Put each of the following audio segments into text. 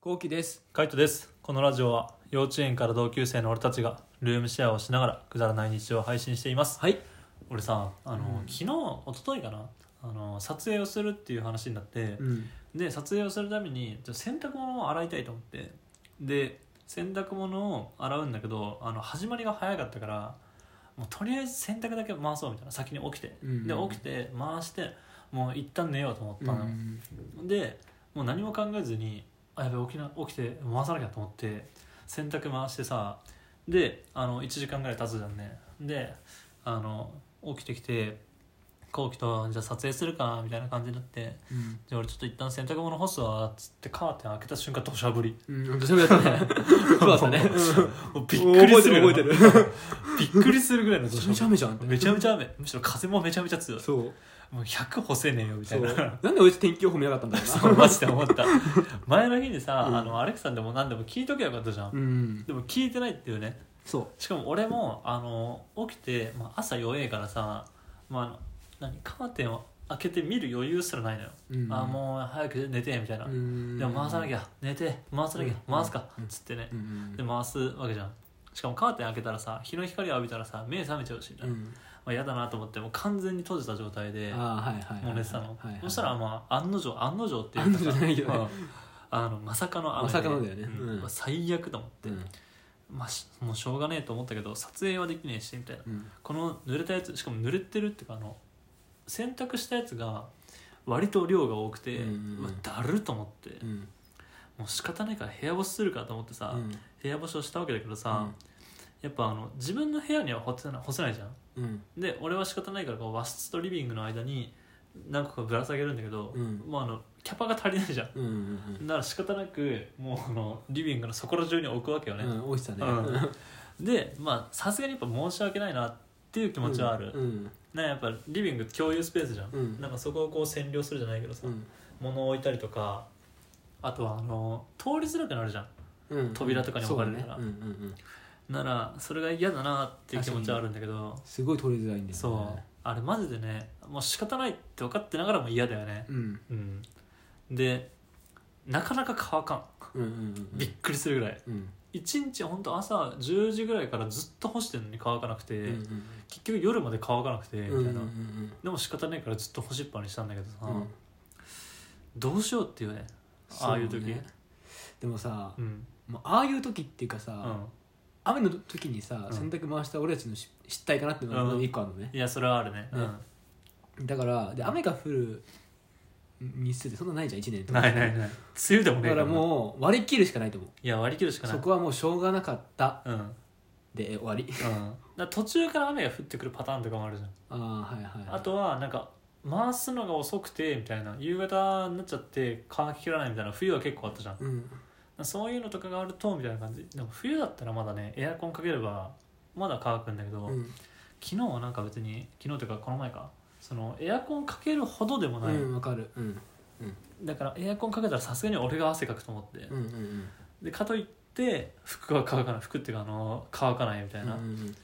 こうきです。カイトですこのラジオは幼稚園から同級生の俺たちがルームシェアをしながらくだらない日常を配信していますはい。俺さあの、うん昨日一昨日かなあの撮影をするっていう話になって、うん。で撮影をするためにじゃあ洗濯物を洗いたいと思ってで洗濯物を洗うんだけどあの始まりが早かったからもうとりあえず洗濯だけ回そうみたいな先に起きて、うんで起きて回してもう一旦寝ようと思ったのよ、でもう何も考えずにあやべ起きな起きて回さなきゃと思って洗濯回してさであの1時間ぐらい経つじゃんねであの起きてきて後期と「じゃあ撮影するか」みたいな感じになってうん。じゃあ俺ちょっと一旦洗濯物干すわっつってカーテン開けた瞬間土砂降 りうん。本当それやったね。 そうだったね。 もうびっくりする覚えてる覚えてるびっくりするぐらいのめ土ちゃめちゃ雨じ砂降ゃんってり。めちゃめちゃ雨むしろ風もめちゃめちゃ強いそう。もう100干せねえよみそ。たいうななんで俺天気予報見なかったんだろそうマジで思 った前の日にさ、うんあのアレクさんでも何でも聞いとけばよかったじゃん、うな。うん。でも聞いてないっていうねそしかも俺もあの起きて、まあ、朝弱えからさ、まああの、何カーテンを開けて見る余裕すらないのよ、う。うんあもう早く寝てみたいな、うん。でも回さなきゃ。ゃ寝て回さなきゃ、うん回すか、うんつってねう、ん。で回すわけじゃんしかもカーテン開けたらさ日の光を浴びたらさ目覚めちゃうし、うまん。あ、嫌だなと思ってもう完全に閉じた状態でああ、はいはいはい。もう寝てたの、はいはいそしたら、まあ案の定案の定っていう案かの定じゃないけどねまああのまさかの雨でまさかのだよねうんうんまあ最悪と思って、うん。まあ、しもうしょうがねえと思ったけど撮影はできねえしみたいなうん。この濡れたやつしかも濡れてるっていうかあの洗濯したやつが割と量が多くて、うんうわだると思って、うん。もう仕方ないから部屋干しするかと思ってさ、うん部屋干しをしたわけだけどさ、やっぱあの自分の部屋には干せない干せないじゃんうん。で俺は仕方ないからこう和室とリビングの間に何個かぶら下げるんだけど、うんもうあのキャパが足りないじゃんうん。うん。だから仕方なくもうあのリビングのそこら中に置くわけよね、うん。落ちたね。でまあさすがにやっぱ申し訳ないなっていう気持ちはある、うん。なんかやっぱリビング共有スペースじゃん、うんなんかそこをこう占領するじゃないけどさ、うん。物を置いたりとかあとはあの通りづらくなるじゃんうん。扉とかに置かれるからそうだねうんうんうん。ならそれが嫌だなっていう気持ちはあるんだけどすごい取りづらいんだよね。そうあれマジでねもう仕方ないって分かってながらも嫌だよねうん。うんでなかなか乾かんうんうんうん。びっくりするぐらいうん。一日ほんと朝10時ぐらいからずっと干してるのに乾かなくて、うんうん結局夜まで乾かなくてうみたんういんうな、んでも仕方ないからずっと干しっぱにしたんだけどさ、うんうんどうしようっていうねああいう時そねでもさう、んもうああいう時っていうかさ、うん雨の時にさうん洗濯回した俺たちのし失態かなっていうのがうん一個あるのねい、やそれはあるねねだからで雨が降る日数ってそんなないじゃん1年うとんかないないない梅雨でもねだえからうもう割り切るしかないと思ういや割り切るしかないそこはもうしょうがなかったうんうんで終わりだから途中から雨が降ってくるパターンとかもあるじゃんああはいはいあとはなんか回すのが遅くてみたいな夕方になっちゃって乾ききらないみたいな冬は結構あったじゃんうんそういうのとかがあるとみたいな感じでも冬だったらまだねエアコンかければまだ乾くんだけど、うん昨日はなんか別に昨日というかこの前かそのエアコンかけるほどでもうない、んわかるうんだからエアコンかけたらさすがに俺が汗かくと思って、うんうんうんでかといって服は乾かない服っていうかあの乾かないみたいなう、ん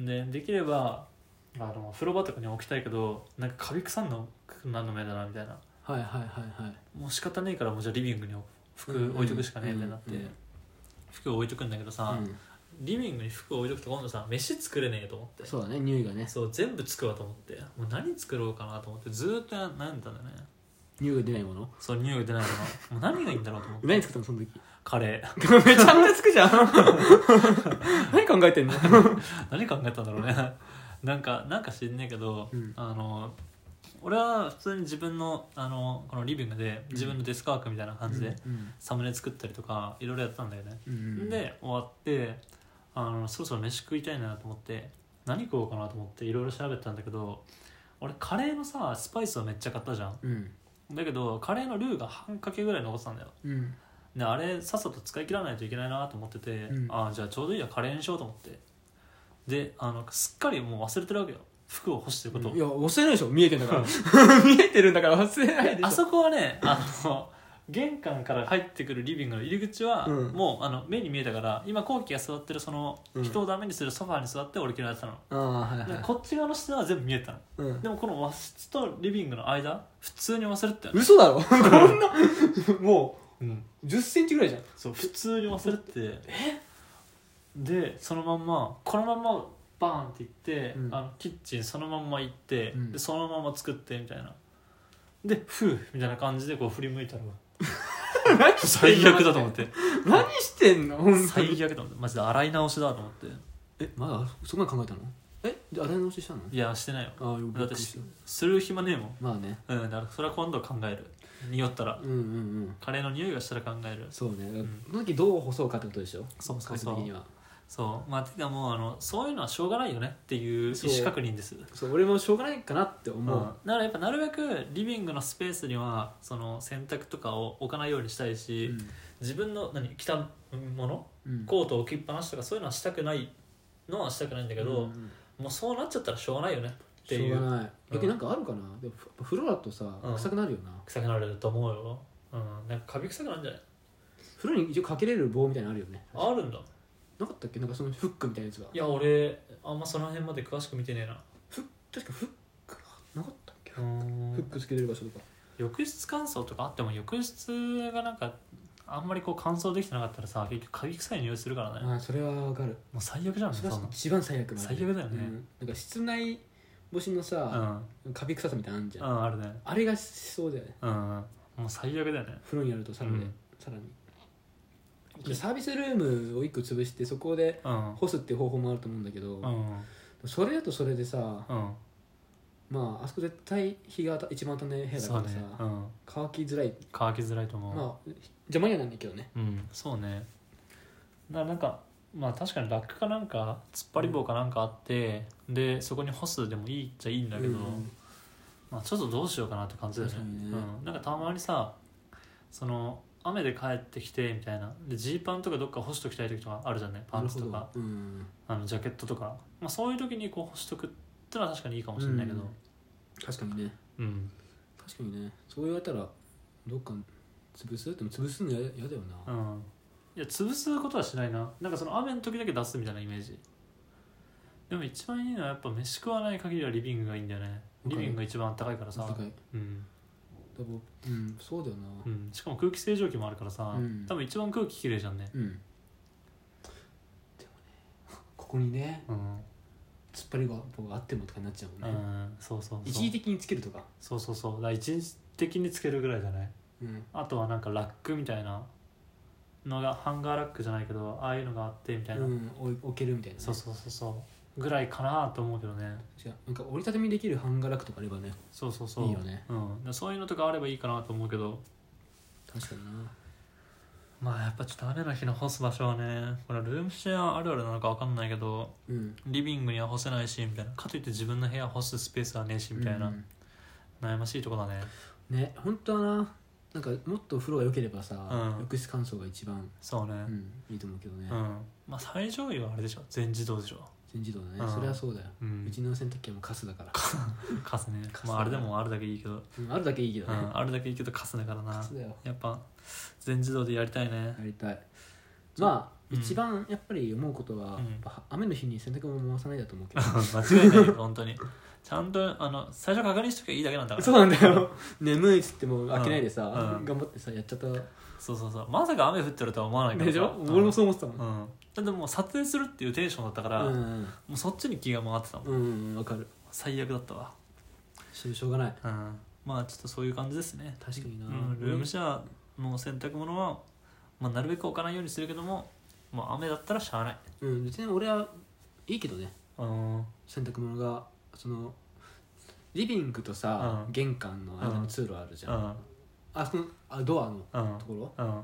うんでできればあの風呂場とかに置きたいけどなんかカビ臭んのなんの目だなみたいなはいはいはいはいもう仕方ねえからもうじゃあリビングに置くうん服置いとくしかねえみたいになって、うんうん服を置いとくんだけどさ、うんリビングに服を置いとくと今度さ飯作れねえと思ってそうだね匂いがねそう全部作ろうと思ってもう何作ろうかなと思ってずーっと悩んでたんだよね匂いが出ないも のそう匂いが出ないからもう何がいいんだろうと思って何作ったのその時カレーめちゃ めちゃつくじゃん 何考えてんの 何考えたんだろうね なんかなんか知んねえけど、うんあの俺は普通に自分のあのこのリビングで自分のデスクワークみたいな感じで、うんサムネ作ったりとかいろいろやったんだよね、うんうんで終わってあのそろそろ飯食いたいなと思って何食おうかなと思っていろいろ調べたんだけど俺カレーのさスパイスをめっちゃ買ったじゃんうんだけどカレーのルーが半かけぐらい残ってたんだようんであれさっさと使い切らないといけないなと思ってて、うんああじゃあちょうどいいやカレーにしようと思ってであのすっかりもう忘れてるわけよ服を干してることを、いや忘れないでしょ見えてんだから 見えてるんだから忘れないでしょあそこはねあの玄関から入ってくるリビングの入り口は、うんもうあの目に見えたから今後期が座ってるその、うん人をダメにするソファーに座って俺嫌いだったの、ああはいではいこっち側の下は全部見えてたのうんでもこの和室とリビングの間普通に忘れてたよね嘘だろこんなもうん、 1 0ンチぐらいじゃんそう普通に忘れててでそのまんまこのまんまバーンっていって、うんあのキッチンそのまんま行って、うんでそのまま作ってみたいなで「ふう」みたいな感じでこう振り向いたら 何 最悪だと思っててんの何してんの本当に最悪だと思ってマジで洗い直しだと思ってえまだそこまで考えたのえで洗い直ししたのいやしてないよああよだびっっくてりししする暇ねえもんたまあねうんだからそれは今度考える匂ったらうんうんうんカレーの匂いがしたら考えるそうね、んこの時どう干そうかってことでしょそうそうそう数的にはそうまあてかもうあのそういうのはしょうがないよねっていう意思確認ですそう俺もしょうがないかなって思う、だからやっぱなるべくリビングのスペースにはその洗濯とかを置かないようにしたいし、自分の何着たものうんコートを置きっぱなしとかそういうのはしたくないのはしたくないんだけど、うんうんもうそうなっちゃったらしょうがないよねってしいょううがない逆になんかあるかな、でもふ風呂だとさうん臭くなるよな、臭くなると思うよ、うん、なんかカビ臭くなるんじゃない風呂に一応かけれる棒みたいなのあるよねあるんだなかったっけなんかそのフックみたいなやつがいや俺あんまその辺まで詳しく見てねえなフッ確かフックなかったっけ、フうックつけてる場所とか浴室乾燥とかあっても浴室がなんかあんまりこう乾燥できてなかったらさ結局カビ臭い匂いするからね、もああそれはわかるう最悪じゃんそそれんなはの一番最悪な最悪だよねうんなんか室内干しのうさ、んカビ臭さみたいなのあんじゃん、うんあるねあれがしそうだよねうんもう最悪だよね風呂にやるとさらに、うんさらにでサービスルームを一個潰してそこでうん干すっていう方法もあると思うんだけど、うんそれだとそれでさ、うんまああそこ絶対日が当た一番当たんない部屋だかそうらねさ、うん乾きづらい、乾きづらいと思う、まあ邪魔にはなんだけどねうんそうねだからなんかまあ確かにラックかなんか突っ張り棒かなんかあって、でそこに干すでもいいっちゃいいんだけど、うんまあ、ちょっとどうしようかなって感じだよね確かにねうん、なんかたまにさその雨で帰ってきてみたいなでジーパンとかどっか干しときたい時とかあるじゃんねパンツとなるかほどうんあのジャケットとか、まあ、そういう時にこう干しとくってのは確かにいいかもしれないけど確かにねうん、確かにねそう言われたらどっか潰すでも潰すのややだような、んいや潰すことはしないななんかその雨の時だけ出すみたいなイメージでも一番いいのはやっぱ飯食わない限りはリビングがいいんだよねリビングが一番暖かいからあさったかいうん多分うんそうだよなうん、しかも空気清浄機もあるからさ、うん多分一番空気きれいじゃんね、うん、でもねここにねうん、突っ張りが僕あってもとかになっちゃうもんね、うんそうそうそう一時的につけるとか、そうそうそうだから一時的につけるぐらいだねうん、あとはなんかラックみたいなのがハンガーラックじゃないけどああいうのがあってみたいな、うん、置い置けるみたいなね、そうそうそうそうぐらいかなと思うけどね違うなんか折りたたみできる版画楽とかあればねそうそうそういいよねうん、だからそういうのとかあればいいかなと思うけど確かになまあやっぱちょっと雨の日の干す場所はねこれはルームシェアあるあるなのか分かんないけどうんリビングには干せないしみたいなかといって自分の部屋干すスペースはねえしみたいな、うん悩ましいとこだねね本当はななんかもっと風呂が良ければさ、うん浴室乾燥が一番、そうねうん、いいと思うけどね、うん、まあ最上位はあれでしょ全自動でしょ全自動だね、うんそれはそうだよ、ううんちの洗濯機はもうカスだから、カスねカスまああれでもあるだけいいけど、うん、あるだけいいけどね、うん、あれだけいいけどカスだからカなスだよやっぱ全自動でやりたいねやりたいまあ、うん一番やっぱり思うことは、うんやっぱ雨の日に洗濯物回さないだと思うけど 間違いないよ本当にちゃんとあの最初確認しときゃいいだけなんだからそうなんだよ 眠いっつっても開けないでさ、うんうん頑張ってさやっちゃった、そうそうそうまさか雨降ってるとは思わないからでしょ、うん俺もそう思ってたもん、うんだってもう撮影するっていうテンションだったから、うもんうそっちに気が回ってたもん、うんうんわかる最悪だったわししょうがないうんまあちょっとそういう感じですね確かになうん、ルームシェアの洗濯物は、まあ、なるべく置かないようにするけども、まあ、雨だったらしゃあないうん別に俺はいいけどねうん洗濯物がそのリビングとさ、うん玄関の間うのん通路あるじゃ、うんんあそのあドアのうんところうん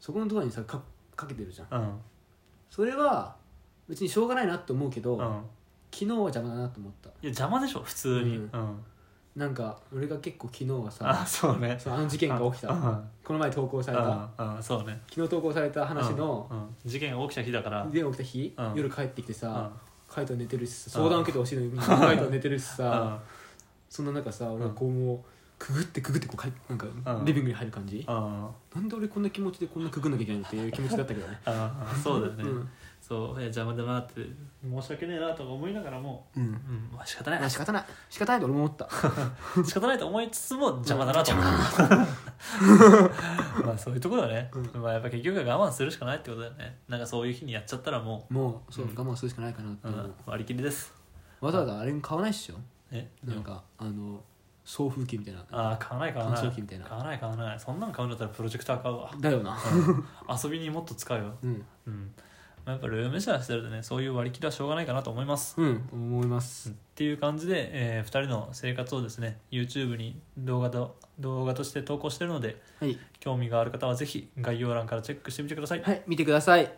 そこのドアにさかかけてるじゃんうんそれは別にしょうがないなと思うけど、うんい昨や日は邪魔だなと思った邪魔でしょ普通にううんん、なんか俺が結構昨日はさあそうねそうあの事件が起きうたんこの前投稿されたうんうんそうね昨日投稿された話のうんうん事件が起きた日だからで起きた日、うん夜帰ってきてうんさ、カイト寝てるしさうん相談受けてほしいのにカイト寝てるしうんさ、そんな中さ俺はこうもうくぐってくぐってこうかいなんかうんリビングに入る感じ、うんなんで俺こんな気持ちでこんなくぐんなきゃいけないのっていう気持ちだったけどねうんそうだよね、うんそういや邪魔だなって申し訳ねえなとか思いながらもうんうんまあ 仕方ないあ仕方ない仕方ないと俺も思った 仕方ないと思いつつも邪魔だなと思う邪魔だなまあそういうとこだね、うまあやっぱ結局は我慢するしかないってことだよねなんかそういう日にやっちゃったらももうそう、うん我慢するしかないかなってう、う思う、ん、割り切りですわざわざあれも買わないっしょえなんかあの送風機みたいなああ買わない買わない乾燥機みたいな買わない買わないそんなん買うんだったらプロジェクター買うわ、だよなうん遊びにもっと使うようんうんまあやっぱルームシェアしてるとねそういう割り切りはしょうがないかなと思いますうん思いますっていう感じで、え2人の生活をですね YouTube に動画と動画として投稿してるのではい、興味がある方はぜひ概要欄からチェックしてみてくださいはい、見てください